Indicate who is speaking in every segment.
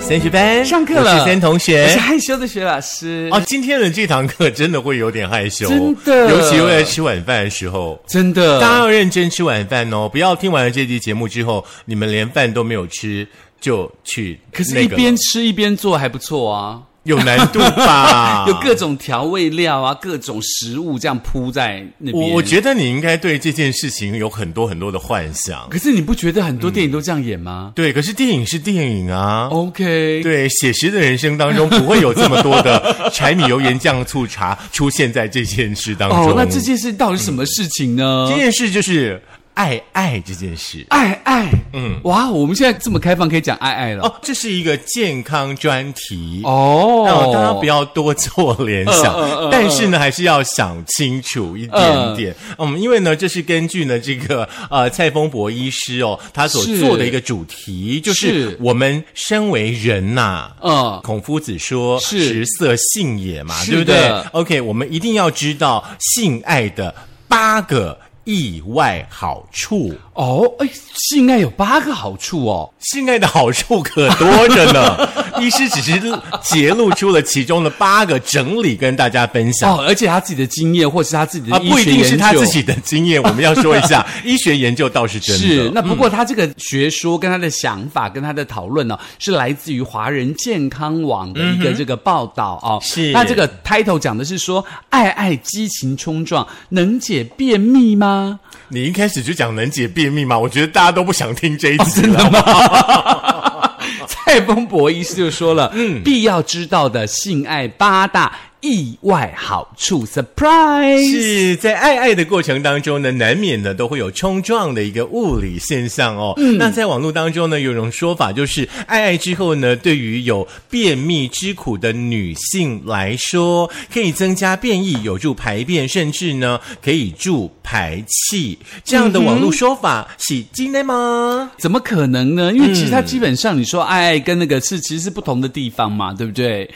Speaker 1: 三学班
Speaker 2: 上课
Speaker 1: 我
Speaker 2: 了，
Speaker 1: 是三同学
Speaker 2: 我是。啊害羞的学老师
Speaker 1: 哎哦，今天的这堂课真的会有点害羞，
Speaker 2: 真的
Speaker 1: 尤其又在吃晚饭的时候。
Speaker 2: 真的，
Speaker 1: 大家要认真吃晚饭哦，不要听完了这期节目之后，你们连饭都没有吃就去
Speaker 2: 可是，
Speaker 1: 那
Speaker 2: 一
Speaker 1: 个
Speaker 2: 边吃一边做还不错啊，？
Speaker 1: 有难度吧
Speaker 2: 有各种调味料啊，各种食物这样铺在那边。
Speaker 1: 我我觉得你应该对这件事情有很多很多的幻想。
Speaker 2: 可是你不觉得很多电影都这样演吗、
Speaker 1: 对，可是电影是电影啊。
Speaker 2: o k
Speaker 1: 对，写实的人生当中不会有这么多的柴米油盐酱醋茶出现在这件事当中。
Speaker 2: 哦，那这件事到底是什么事情呢？
Speaker 1: 这件事就是爱爱这件事。
Speaker 2: 爱爱，嗯，哇，我们现在这么开放，可以讲爱爱了。
Speaker 1: 哦，这是一个健康专题。
Speaker 2: 哦
Speaker 1: 哦，大家不要多做联想，
Speaker 2: 嗯嗯嗯
Speaker 1: 但是呢，还是要想清楚一点点。嗯，因为呢，这是根据呢这个呃蔡丰博医师哦，他所
Speaker 2: 是
Speaker 1: 做的一个主题，就是
Speaker 2: 是
Speaker 1: 我们身为人呐、
Speaker 2: 嗯
Speaker 1: 孔夫子说：“
Speaker 2: 是
Speaker 1: 食色性也嘛，
Speaker 2: 是
Speaker 1: 对不对
Speaker 2: 的
Speaker 1: ？”OK，我们一定要知道性爱的八个意外好处。
Speaker 2: 哦，哎，性爱有八个好处哦，
Speaker 1: 性爱的好处可多着 呢，医师只是揭露出了其中的八个，整理跟大家分享。
Speaker 2: 哦，而且他自己的经验，或是他自己的
Speaker 1: 啊，
Speaker 2: 医
Speaker 1: 不一
Speaker 2: 学
Speaker 1: 定是
Speaker 2: 研
Speaker 1: 他
Speaker 2: 究
Speaker 1: 自己的经验，我们要说一 下，医学研究倒是真的。
Speaker 2: 是，那不过他这个学说跟他的想法跟他的讨论呢、是来自于华人健康网的一个这个报道哦。
Speaker 1: 嗯是
Speaker 2: 那这个 title 讲的是说，爱爱激情冲撞能解便 秘吗？
Speaker 1: 你一开始就讲能解便秘嘛，我觉得大家都不想听这一集
Speaker 2: 真
Speaker 1: 了。
Speaker 2: 的吗？蔡丰博医师就说了，嗯，必要知道的性爱八大意外好处，surprise。
Speaker 1: 是在爱爱的过程当中呢，难免呢都会有冲撞的一个物理现象哦。那在网络当中呢，有一种说法就是，爱爱之后呢，对于有便秘之苦的女性来说，可以增加便意，有助排便，甚至呢可以助排气。这样的网络说法是真的吗？
Speaker 2: 怎么可能呢？因为其实它
Speaker 1: 嗯
Speaker 2: 基本上你说爱爱跟那个是其实是不同的地方嘛，对不对？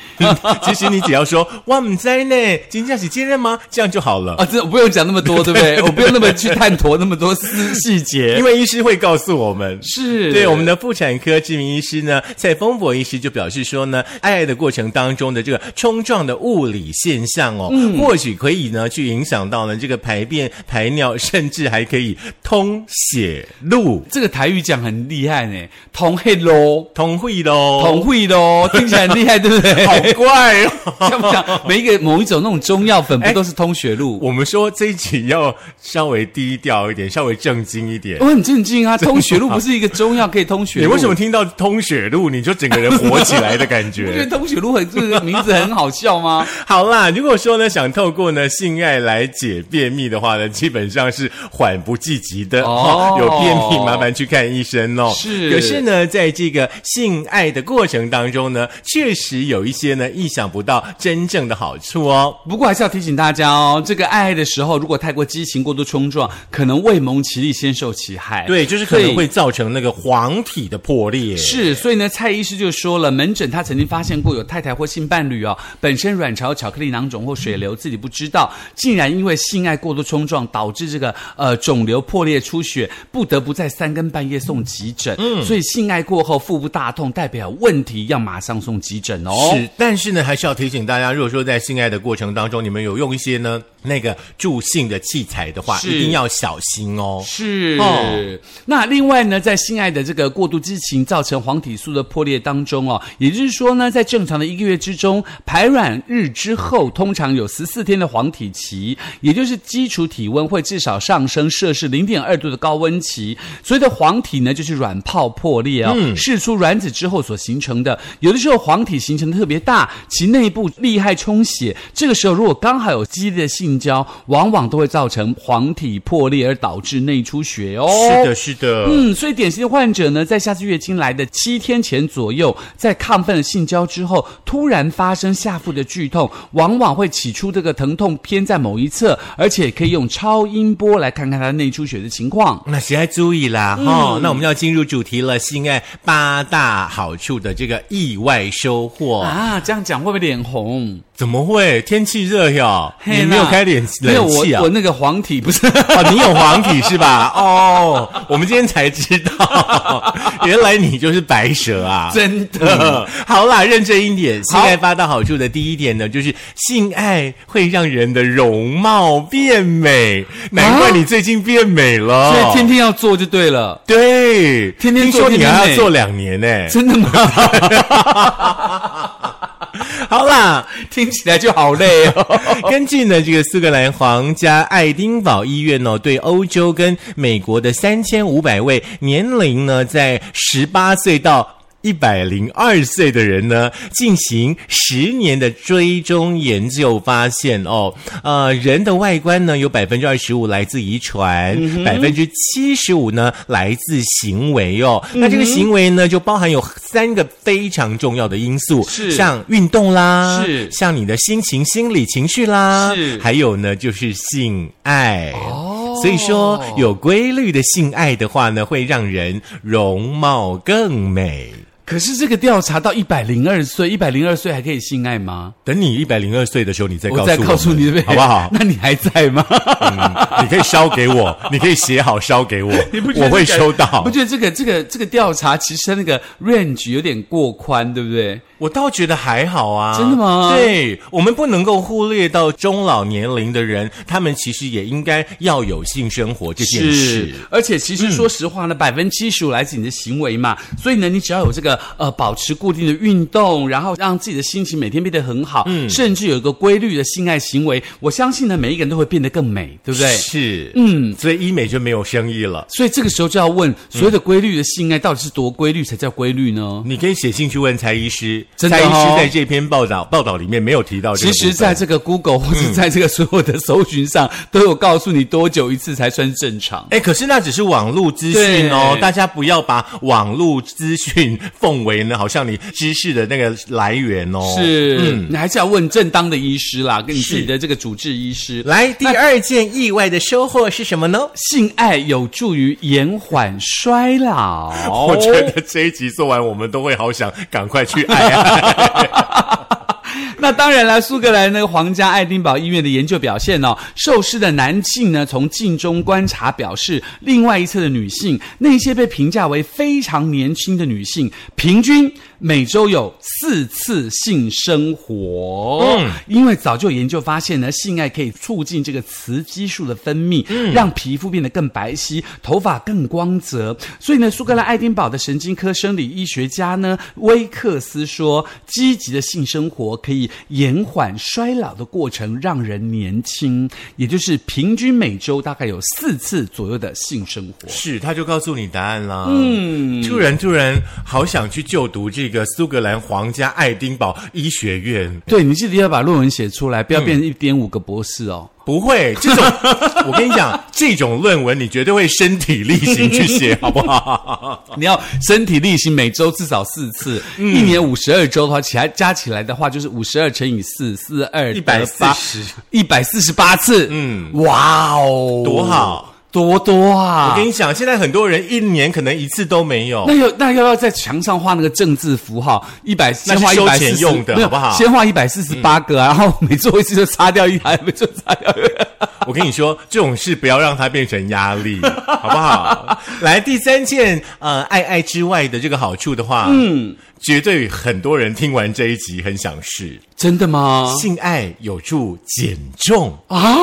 Speaker 1: 其实你只要说“哇唔在呢，金价是接任吗？”这样就好了。
Speaker 2: 啊，这我不用讲那么 多，对不对？我不用那么去探讨那么多细细节
Speaker 1: 因。为医师会告诉我们，
Speaker 2: 是
Speaker 1: 对我们的妇产科知名医师呢，蔡丰博医师就表示说呢，爱爱的过程当中的这个冲撞的物理现象哦，或许可以呢去影响到呢这个排便、 排尿，甚至还可以通血路、
Speaker 2: 这个台语讲很厉害呢，同黑喽，
Speaker 1: 通会喽，
Speaker 2: 同会喽，听起来很厉害，对不 对？
Speaker 1: 好怪哦。
Speaker 2: 像不像每一个某一种那种中药粉，不都是通血路？
Speaker 1: 哎我们说这一集要稍微低调一点，稍微正经一点。
Speaker 2: 我很震 惊啊！通血路不是一个中药可以通血
Speaker 1: 你
Speaker 2: 路？
Speaker 1: 为什么？听到通血路你就整个人火起来的感
Speaker 2: 不觉得
Speaker 1: 觉？
Speaker 2: 通血路很这个名字很好 笑吗？
Speaker 1: 好啦，如果说呢想透过呢性爱来解便秘的话呢，基本上是缓不济急的
Speaker 2: 哦
Speaker 1: 有便秘麻烦去看医生哦。
Speaker 2: 是
Speaker 1: 可是呢，在这个性爱的过程当中呢，确实有一些呢意想不到真正的好处哦。
Speaker 2: 不过还是要提醒大家哦，这个爱爱的时候，如果太过激情、过度冲撞，可能未蒙其利，先受其害。
Speaker 1: 对，就是可能
Speaker 2: 所以
Speaker 1: 会造成那个黄体的破裂。
Speaker 2: 是，所以呢，蔡医师就说了，门诊他曾经发现过有太太或性伴侣哦，本身卵巢巧克力囊肿或水瘤自己不知道，竟然因为性爱过度冲撞导致这个呃肿瘤破裂出血，不得不在三更半夜送急诊。嗯，所以性爱过后腹部大痛代表问题，要马上送急诊哦。
Speaker 1: 是，但是呢，还是要提醒大家，如果说在性爱的过程当中，你们有用一些呢那个助兴的器材的话，
Speaker 2: 是
Speaker 1: 一定要小心哦。
Speaker 2: 是
Speaker 1: 哦
Speaker 2: 那另外呢，在性爱的这个过度激情造成黄体素的破裂当中哦，也就是说呢，在正常的一个月之中，排卵日之后通常有十四天的黄体期，也就是基础体温会至少上升摄氏零点二度的高温期。所谓的黄体呢，就是卵泡破裂哦，释出卵子之后所形成的。有的时候黄体形成的特别大，其内部厉害充血，这个时候如果刚好有激烈的性交，往往都会造成黄体破裂而导致内出血哦。
Speaker 1: 是的，是的。
Speaker 2: 嗯，所以典型的患者呢，在下次月经来的七天前左右，在亢奋的性交之后，突然发生下腹的剧痛，往往会起初这个疼痛偏在某一侧，而且可以用超音波来看看他内出血的情况。
Speaker 1: 那谁还注意
Speaker 2: 嗯
Speaker 1: 啦？哈、哦，那我们要进入主题了，性爱八大好处的这个意外收获。
Speaker 2: 啊啊，这样讲会不会脸红？
Speaker 1: 怎么会？天气热哟，
Speaker 2: 嘿
Speaker 1: 你
Speaker 2: 啦
Speaker 1: 没有开冷
Speaker 2: 没有
Speaker 1: 冷
Speaker 2: 我
Speaker 1: 气啊
Speaker 2: 我？那个黄体不 是。
Speaker 1: 哦，你有黄体是吧？哦，我们今天才知 道，原来你就是白蛇啊！
Speaker 2: 真的
Speaker 1: 嗯好啦，认真一点。性
Speaker 2: 好
Speaker 1: 爱八大好处的第一点呢，就是性爱会让人的容貌变美，难怪
Speaker 2: 啊
Speaker 1: 你最近变美了。
Speaker 2: 所以天天要做就对了，
Speaker 1: 对，
Speaker 2: 天天
Speaker 1: 听
Speaker 2: 做
Speaker 1: 说你
Speaker 2: 天天
Speaker 1: 还
Speaker 2: 美
Speaker 1: 要做两年呢、
Speaker 2: 真的吗？
Speaker 1: 好啦，
Speaker 2: 听起来就好累哦。
Speaker 1: 根据呢这个苏格兰皇家爱丁堡医院呢、对欧洲跟美国的三千五百位年龄呢在十八岁到。一百零二岁的人呢，进行十年的追踪研究，发现哦，呃，人的外观呢有百分之二十五来自遗传，百分之七十五呢来自行为哦。那这个行为呢，就包含有三个非常重要的因素，
Speaker 2: 是
Speaker 1: 像运动啦，
Speaker 2: 是
Speaker 1: 像你的心情、心理情绪啦，
Speaker 2: 是
Speaker 1: 还有呢就是性爱。
Speaker 2: 哦
Speaker 1: 所以说有规律的性爱的话呢，会让人容貌更美。
Speaker 2: 可是这个调查到一百零二岁，一百零二岁还可以性爱吗？
Speaker 1: 等你一百零二岁的时候，你再告诉
Speaker 2: 我再告诉
Speaker 1: 们
Speaker 2: 你，对
Speaker 1: 好不好？
Speaker 2: 那你还在吗？
Speaker 1: 嗯你可以烧给我，你可以写好烧给我，
Speaker 2: 你 不觉得
Speaker 1: 我会
Speaker 2: 这个
Speaker 1: 收到
Speaker 2: 不。觉得这个这个这个调查其实它那个 range 有点过宽，对不对？
Speaker 1: 我倒觉得还好啊，
Speaker 2: 真的吗
Speaker 1: 对我们不能够忽略到中老年龄的人，他们其实也应该要有嗯性生活这件事。，
Speaker 2: 而且其实说实话呢，百分之七十五来自你的行为嘛，所以呢，你只要有这个呃保持固定的运动，然后让自己的心情每天变得很好，
Speaker 1: 嗯
Speaker 2: 甚至有一个规律的性爱行为，我相信呢，每一个人都会变得更美，对不对？
Speaker 1: 是，嗯，所以医美就没有生意了。
Speaker 2: 所以这个时候就要问，
Speaker 1: 嗯
Speaker 2: 所谓的规律的性爱到底是多规律才叫规律呢？
Speaker 1: 你可以写信去问蔡医师，
Speaker 2: 真的
Speaker 1: 蔡医
Speaker 2: 哦
Speaker 1: 师在这篇报道报道里面没有提到这个
Speaker 2: 其
Speaker 1: 部分。
Speaker 2: 实，在这个 Google 或
Speaker 1: 嗯
Speaker 2: 是在这个所有的搜寻上，都有告诉你多久一次才算正常。
Speaker 1: 哎，可是那只是网络资讯哦
Speaker 2: 对，
Speaker 1: 大家不要把网络资讯奉为呢，好像你知识的那个来源哦。。
Speaker 2: 是，你还是要问正当的医师啦，跟你自己的这个主治医师。
Speaker 1: 来，第二件意外的收获是什么呢？
Speaker 2: 性爱有助于延缓衰老，
Speaker 1: 我觉得这一集做完，我们都会好想赶快去爱爱。
Speaker 2: 那当然了，苏格兰那个皇家爱丁堡医院的研究表现哦，受试的男性呢，从镜中观察表示，另外一侧的女性，那些被评价为非常年轻的女性，平均每周有四次性生活。嗯，因为早就有研究发现呢，性爱可以促进这个雌激素的分泌，让皮肤变得更白皙，头发更光泽。所以呢，苏格兰爱丁堡的神经科生理医学家呢威克斯说，积极的性生活可以延缓衰老的过程，让人年轻，也就是平均每周大概有四次左右的性生活。
Speaker 1: 是，他就告诉你答案啦。嗯，突然突然好想去就读这个苏格兰皇家爱丁堡医学院。
Speaker 2: 对，你记得要把论文写出来，不要变成一点五个博士哦。
Speaker 1: 不会，这种 我跟你讲，这种论文你绝对会身体力行去 写，好不好？
Speaker 2: 你要身体力行，每周至少四次，
Speaker 1: 嗯
Speaker 2: 一年五十二周的话，起来加起来的话，就是五十二乘以四，四二
Speaker 1: 140，
Speaker 2: 一百四十八次。嗯，哇哦，
Speaker 1: 多好，
Speaker 2: 多多啊！
Speaker 1: 我跟你讲，现在很多人一年可能一次都没有
Speaker 2: 那。要那要不要在墙上画那个政治符号？一百先
Speaker 1: 那
Speaker 2: 画
Speaker 1: 是
Speaker 2: 一
Speaker 1: 收
Speaker 2: 百
Speaker 1: 钱
Speaker 2: 四
Speaker 1: 用的好不好嗯
Speaker 2: 先画一百四十八个、啊，然后每做一次就擦掉一台，每做擦掉一台。
Speaker 1: 我跟你说，这种事不要让它变成压 力，好不好？来，第三件呃，爱爱之外的这个好处的话，嗯，绝对很多人听完这一集很想试。
Speaker 2: 真的吗？
Speaker 1: 性爱有助减重，
Speaker 2: 啊，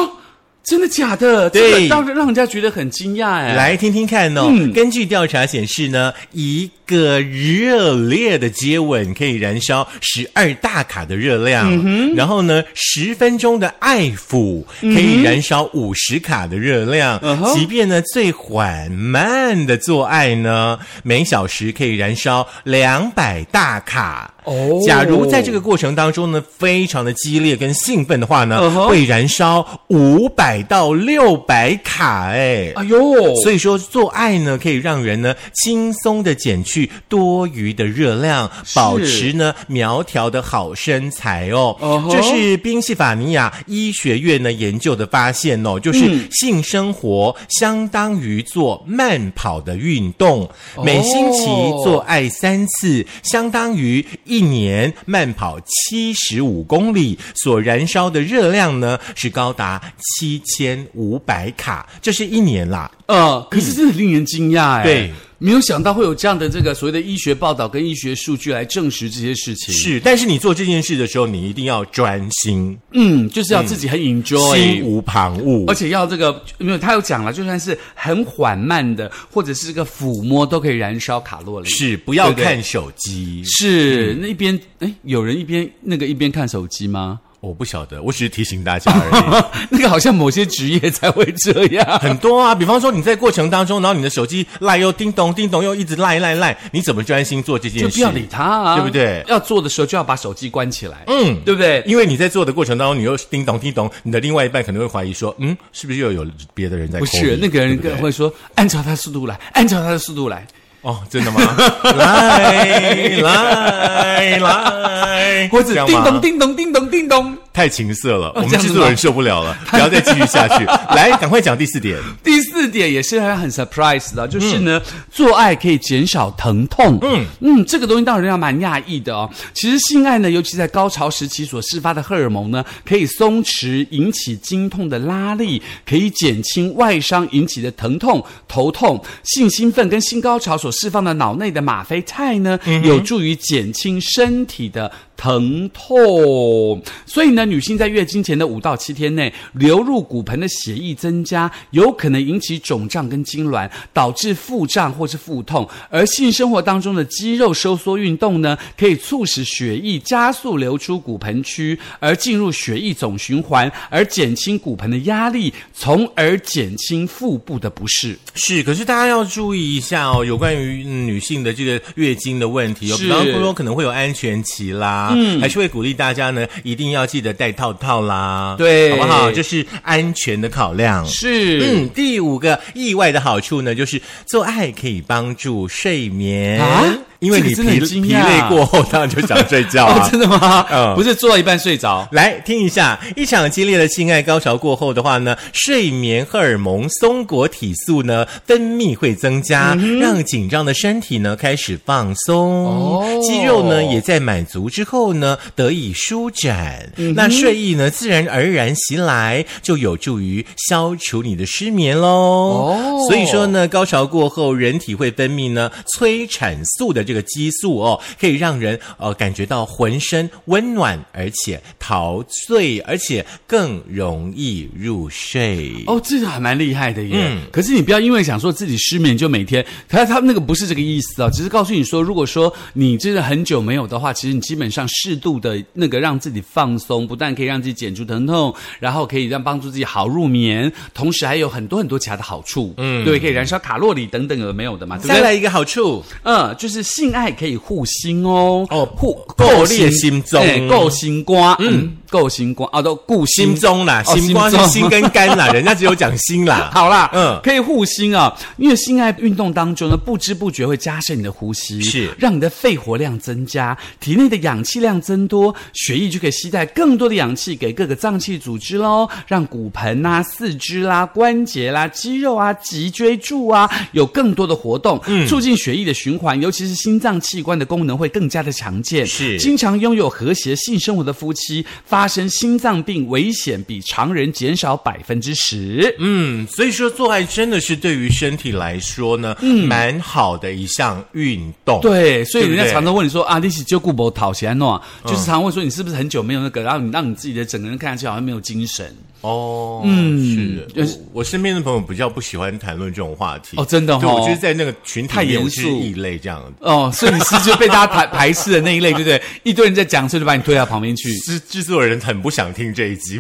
Speaker 2: 真的假的？这
Speaker 1: 对
Speaker 2: 个让让人家觉得很惊讶哎。嗯
Speaker 1: 来听听看哦。根据调查显示呢，一个热烈的接吻可以燃烧十二大卡的热量，
Speaker 2: 嗯
Speaker 1: 然后呢，十分钟的爱抚可以燃烧五十卡的热量。
Speaker 2: 嗯哼
Speaker 1: 即便呢最缓慢的做爱呢，每小时可以燃烧两百大卡。
Speaker 2: 哦
Speaker 1: 假如在这个过程当中呢，非常的激烈跟兴奋的话呢
Speaker 2: 嗯哼
Speaker 1: 会燃烧五百百到六百卡哎、
Speaker 2: 哎呦，
Speaker 1: 所以说，做爱呢可以让人呢轻松的减去多余的热量，保持呢苗条的好身材哦。
Speaker 2: 哦吼
Speaker 1: 这是宾夕法尼亚医学院呢研究的发现哦，
Speaker 2: 嗯
Speaker 1: 就是性生活相当于做慢跑的运动，
Speaker 2: 哦
Speaker 1: 每星期做爱三次，相当于一年慢跑七十五公里，所燃烧的热量呢是高达七千五百卡，这是一年啦。
Speaker 2: 呃，可是真的令人惊讶哎，
Speaker 1: 嗯对，
Speaker 2: 没有想到会有这样的这个所谓的医学报道跟医学数据来证实这些事情，，
Speaker 1: 是，但是你做这件事的时候，你一定要专心，
Speaker 2: 嗯，就是要自己很 enjoy，、
Speaker 1: 心无旁骛
Speaker 2: 而。且要这个没有，他有讲了，就算是很缓慢的，或者是这个抚摸，都可以燃烧卡路里。
Speaker 1: 是，不要
Speaker 2: 对不对
Speaker 1: 看嗯手机。
Speaker 2: 是，那一边哎，有人一边那个一边看手机吗？
Speaker 1: 我不晓得，我只是提醒大家 而已。
Speaker 2: 那个好像某些职业才会这 样。
Speaker 1: 很多啊，比方说你在过程当中，然后你的手机赖又叮咚叮咚又一直赖赖赖，你怎么专心做这件
Speaker 2: 就
Speaker 1: 事？
Speaker 2: 不要理他、啊，
Speaker 1: 对不对
Speaker 2: 要做的时候就要把手机关起来，嗯，对不对？
Speaker 1: 因为你在做的过程当中，你又叮咚叮咚，你的另外一半可能会怀疑说，嗯，是不是又有别的人在？
Speaker 2: 不是那个人
Speaker 1: 对不对
Speaker 2: 会说，按照他的速度来，按照他的速度来。
Speaker 1: 哦，真的吗？ 来来 来，
Speaker 2: 或者
Speaker 1: 哎这样
Speaker 2: 叮
Speaker 1: 吗
Speaker 2: 咚叮咚叮咚叮咚。
Speaker 1: 太情色了，我们
Speaker 2: 这样
Speaker 1: 制
Speaker 2: 子
Speaker 1: 作人
Speaker 2: 吗
Speaker 1: 受不了 了，不要再继续下去。来，赶快讲第四点。
Speaker 2: 第四点也是很很 surprise
Speaker 1: 嗯
Speaker 2: 的，就是呢，做爱可以减少疼痛。嗯嗯，这个东西当然要蛮讶异的哦。其实性爱呢，尤其在高潮时期所释发的荷尔蒙呢，可以松弛引起经痛的拉力，可以减轻外伤引起的疼痛、头痛。性兴奋跟性高潮所释放的脑内的吗啡肽呢，
Speaker 1: 嗯
Speaker 2: 有助于减轻身体的疼痛。所以呢，女性在月经前的五到七天内，流入骨盆的血液增加，有可能引起肿胀跟痉挛，导致腹胀或是腹痛。而性生活当中的肌肉收缩运动呢，可以促使血液加速流出骨盆区，而进入血液总循环，而减轻骨盆的压力，从而减轻腹部的不适。
Speaker 1: 是，可是大家要注意一下哦，有关于、嗯女性的这个月经的问题哦，
Speaker 2: 是
Speaker 1: 比方说可能会有安全期啦，嗯，还是会鼓励大家呢，一定要记得戴套套啦，
Speaker 2: 对
Speaker 1: 好不好？这是安全的考量。
Speaker 2: 是
Speaker 1: 嗯，第五个意外的好处呢，就是做爱可以帮助睡眠
Speaker 2: 啊
Speaker 1: 因为
Speaker 2: 这个
Speaker 1: 你
Speaker 2: 真的
Speaker 1: 疲
Speaker 2: 很惊
Speaker 1: 疲
Speaker 2: 讶
Speaker 1: 累过后，当然就想睡觉 啊
Speaker 2: 哦，。真的吗？
Speaker 1: 嗯
Speaker 2: 不是做到一半睡着。
Speaker 1: 来听一下，一场激烈的性爱高潮过后的话呢，睡眠荷尔蒙松果体素呢分泌会增
Speaker 2: 嗯
Speaker 1: 加，让紧张的身体呢开始放松，
Speaker 2: 哦
Speaker 1: 肌肉呢也在满足之后呢得以舒展，
Speaker 2: 嗯
Speaker 1: 那睡意呢自然而然袭来，就有助于消除你的失眠喽。
Speaker 2: 哦
Speaker 1: 所以说呢，高潮过后人体会分泌呢催产素的这个激素哦，可以让人呃感觉到浑身温暖，而且陶醉，而且更容易入睡。
Speaker 2: 哦，这个还蛮厉害的耶。
Speaker 1: 嗯
Speaker 2: 可是你不要因为想说自己失眠就每天，可是他那个不是这个意思啊，只是告诉你说，如果说你真的很久没有的话，其实你基本上适度的那个让自己放松，不但可以让自己减除疼痛，然后可以让帮助自己好入眠，同时还有很多很多其他的好处，嗯，对，可以燃烧卡路里等等有的没有的嘛，对不
Speaker 1: 再
Speaker 2: 对？
Speaker 1: 来一个好处，
Speaker 2: 嗯，就是性爱可以护心哦，
Speaker 1: 哦
Speaker 2: 护
Speaker 1: 够烈心中
Speaker 2: 哎够心瓜，嗯，够心瓜啊，都顾
Speaker 1: 心中啦，
Speaker 2: 哦
Speaker 1: 心光是
Speaker 2: 心
Speaker 1: 心
Speaker 2: 中
Speaker 1: 跟肝啦，人家只有讲心啦。
Speaker 2: 好啦，
Speaker 1: 嗯
Speaker 2: 嗯，可以护心啊，因为性爱运动当中呢，不知不觉会加深你的呼吸，
Speaker 1: 是
Speaker 2: 让你的肺活量增加，体内的氧气量增多，血液就可以吸带更多的氧气给各个脏器组织喽，让骨盆呐、四肢啦、关节啦、肌肉啊、脊椎柱啊有更多的活动，
Speaker 1: 嗯
Speaker 2: 促进血液的循环，尤其是心脏器官的功能会更加的强健。
Speaker 1: 是
Speaker 2: 经常拥有和谐性生活的夫妻，发生心脏病危险比常人减少百分之十。
Speaker 1: 嗯，所以说做爱真的是对于身体来说呢，蛮好的一项运动。
Speaker 2: 对，所以人
Speaker 1: 对不嗯
Speaker 2: 家
Speaker 1: 对
Speaker 2: 常常问你说啊，你是就顾不讨钱诺，啊就是常问说你是不是很久没有那个，然后你让你自己的整个人看上去好像没有精神
Speaker 1: 哦，嗯，
Speaker 2: 就是
Speaker 1: 我我身边的朋友比较不喜欢谈论这种话题
Speaker 2: 哦真的哦
Speaker 1: 对我就是在那个群体
Speaker 2: 太
Speaker 1: 里面
Speaker 2: 严
Speaker 1: 我是
Speaker 2: 肃
Speaker 1: 异类这样子。
Speaker 2: 哦，所以你是就被大家排排斥的那一类，对 不对？一堆人在讲，所以就把你推到旁边去。
Speaker 1: 制制作人很不想听这一集，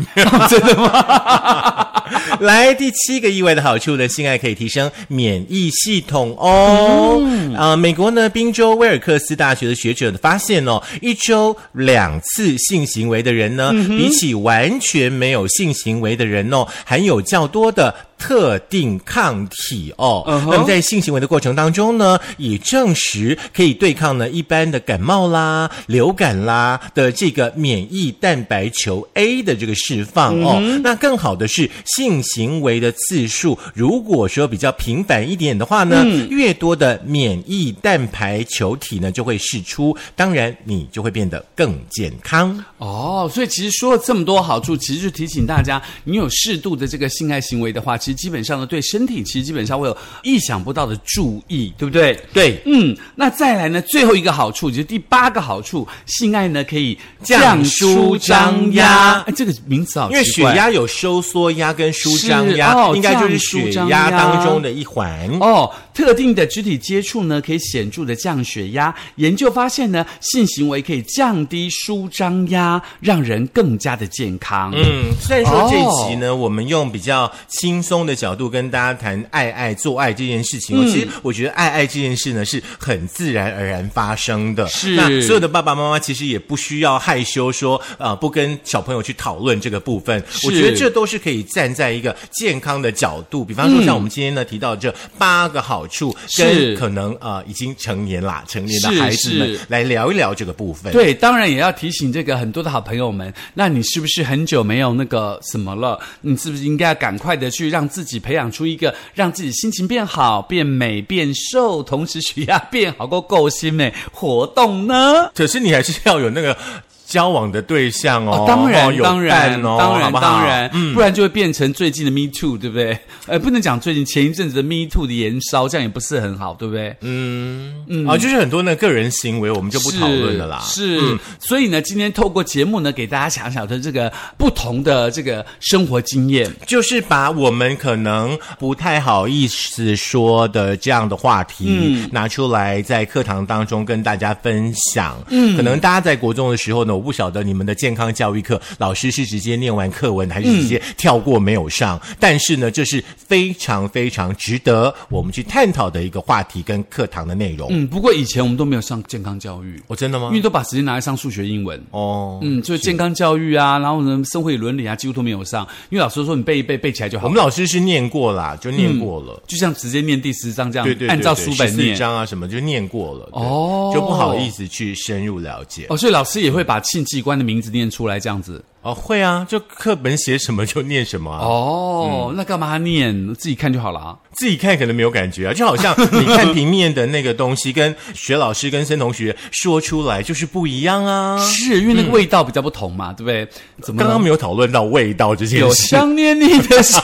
Speaker 2: 真的吗？
Speaker 1: 来，第七个意外的好处呢，性爱可以提升免疫系统哦。啊、美国呢宾州威尔克斯大学的学者发现哦，一周两次性行为的人呢，比起完全没有性行为的人哦，含有较多的。特定抗体哦
Speaker 2: 嗯哼
Speaker 1: 那么在性行为的过程当中呢，也证实可以对抗呢一般的感冒啦、流感啦的这个免疫蛋白球 A 的这个释放哦。
Speaker 2: 嗯
Speaker 1: 那更好的是，性行为的次数如果说比较频繁一点的话呢，
Speaker 2: 嗯
Speaker 1: 越多的免疫蛋白球体呢就会释出，当然你就会变得更健康。
Speaker 2: 哦，所以其实说了这么多好处，其实就提醒大家，你有适度的这个性爱行为的话，其实基本上呢，对身体其实基本上会有意想不到的注意，对不对？
Speaker 1: 对。
Speaker 2: 嗯，那再来呢，最后一个好处就是第八个好处，性爱呢可以
Speaker 1: 降舒张压
Speaker 2: 哎，这个名词好奇
Speaker 1: 因
Speaker 2: 怪，
Speaker 1: 为血压有收缩压跟舒张
Speaker 2: 是
Speaker 1: 压，
Speaker 2: 哦
Speaker 1: 应该就是
Speaker 2: 降舒
Speaker 1: 血
Speaker 2: 张
Speaker 1: 压
Speaker 2: 压
Speaker 1: 当中的一环。
Speaker 2: 哦，特定的肢体接触呢，可以显著的降血压。研究发现呢，性行为可以降低舒张压，让人更加的健康。
Speaker 1: 嗯，虽然说这一集呢，我们用比较轻松的角度跟大家谈爱爱做爱这件事情、
Speaker 2: 嗯
Speaker 1: 哦，其实我觉得爱爱这件事呢是很自然而然发生的。
Speaker 2: 是
Speaker 1: 那所有的爸爸妈妈其实也不需要害羞说呃不跟小朋友去讨论这个部分，我觉得这都是可以站在一个健康的角度，比方说像我们今天呢提到这八个好处，
Speaker 2: 嗯是
Speaker 1: 跟可能呃已经成年啦成年的
Speaker 2: 是
Speaker 1: 孩子们
Speaker 2: 是
Speaker 1: 来聊一聊这个部分。。
Speaker 2: 对，当然也要提醒这个很多的好朋友们，那你是不是很久没有那个什么了？你是不是应该要赶快的去让自己培养出一个让自己心情变好、变美、变瘦，同时血压变好、够够心美活动呢？
Speaker 1: 可是你还是要有那个交往的对象哦，
Speaker 2: 啊当然，
Speaker 1: 哦有
Speaker 2: 当然，
Speaker 1: 伴哦，
Speaker 2: 当然，
Speaker 1: 好不好
Speaker 2: 当然，不然就会变成最近的 Me Too，对不对？呃，不能讲最近前一阵子的 Me Too 的延烧，这样也不是很好，对不对？嗯，
Speaker 1: 嗯啊，就是很多那个人行为，我们就不讨论了啦。嗯
Speaker 2: 是，所以呢，今天透过节目呢，给大家想想的这个不同的这个生活经验，
Speaker 1: 就是把我们可能不太好意思说的这样的话题、
Speaker 2: 嗯
Speaker 1: 拿出来，在课堂当中跟大家分享。嗯，可能大家在国中的时候呢，我不晓得你们的健康教育课老师是直接念完课文，还是直接跳过没有上。但是呢，这是非常非常值得我们去探讨的一个话题跟课堂的内容。
Speaker 2: 嗯，不过以前我们都没有上健康教育，
Speaker 1: 哦，真的吗
Speaker 2: 因？为都把时间拿来上数学、英文。
Speaker 1: 哦，
Speaker 2: 嗯，就是健康教育啊，然后呢，社会伦理啊，几乎都没有上，因为老师说你背一背，背起来就好
Speaker 1: 我。们老师是念过啦，就念过了。
Speaker 2: 就像直接念第十章这样，
Speaker 1: 对对对对，
Speaker 2: 嗯按照书本
Speaker 1: 14
Speaker 2: 念。
Speaker 1: 章啊什么就念过了，对
Speaker 2: 哦
Speaker 1: 就不好意思去深入了解。
Speaker 2: 哦，所以老师也会把性器官的名字念出来，这样子。
Speaker 1: 哦，会啊，就课本写什么就念什么啊，
Speaker 2: 哦，那干嘛念？自己看就好了啊。
Speaker 1: 自己看可能没有感觉啊，就好 像你看平面的那个东西，跟学老师跟森同学说出来就是不一样啊。
Speaker 2: 是因为那个味道比较不同嘛，对不对？怎么
Speaker 1: 刚
Speaker 2: 了
Speaker 1: 刚没有讨论到味道这件
Speaker 2: 有
Speaker 1: 事，
Speaker 2: 想念你的笑，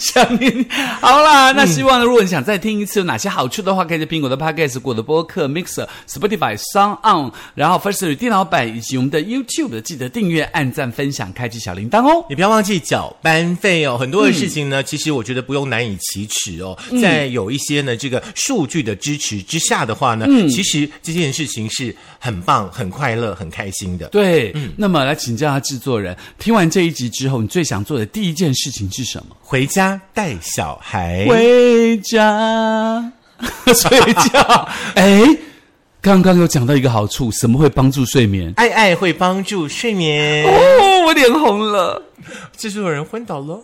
Speaker 2: 想念你。好啦，那希望呢，如果你想再听一次有哪些好处的话，可以在苹果的 Podcast、果的播客、Mixer、Spotify、Sound On，然后 Firstory 电脑版以及我们的 YouTube，记得订阅、按赞、分享、开启小铃铛哦。
Speaker 1: 你不要忘记缴班费哦。很多的事情呢，其实我觉得不用难以启齿哦。在有一些呢这个数据的支持之下的话呢，其实这件事情是很棒、很快乐、很开心的。
Speaker 2: 对，那么来请教一下制作人，听完这一集之后，你最想做的第一件事情是什么？
Speaker 1: 回家带小孩，
Speaker 2: 回家 睡觉。哎，刚刚有讲到一个好处，什么会帮助睡眠？
Speaker 1: 爱爱会帮助睡眠。
Speaker 2: 哦，我脸红了。
Speaker 1: 制作人昏倒了。